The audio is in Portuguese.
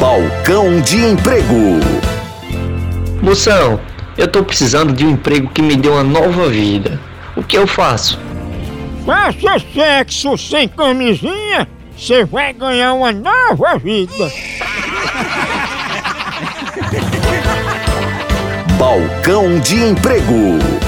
Balcão de Emprego. Moção, eu tô precisando de um emprego que me dê uma nova vida. O que eu faço? Faça sexo sem camisinha, você vai ganhar uma nova vida. Balcão de Emprego.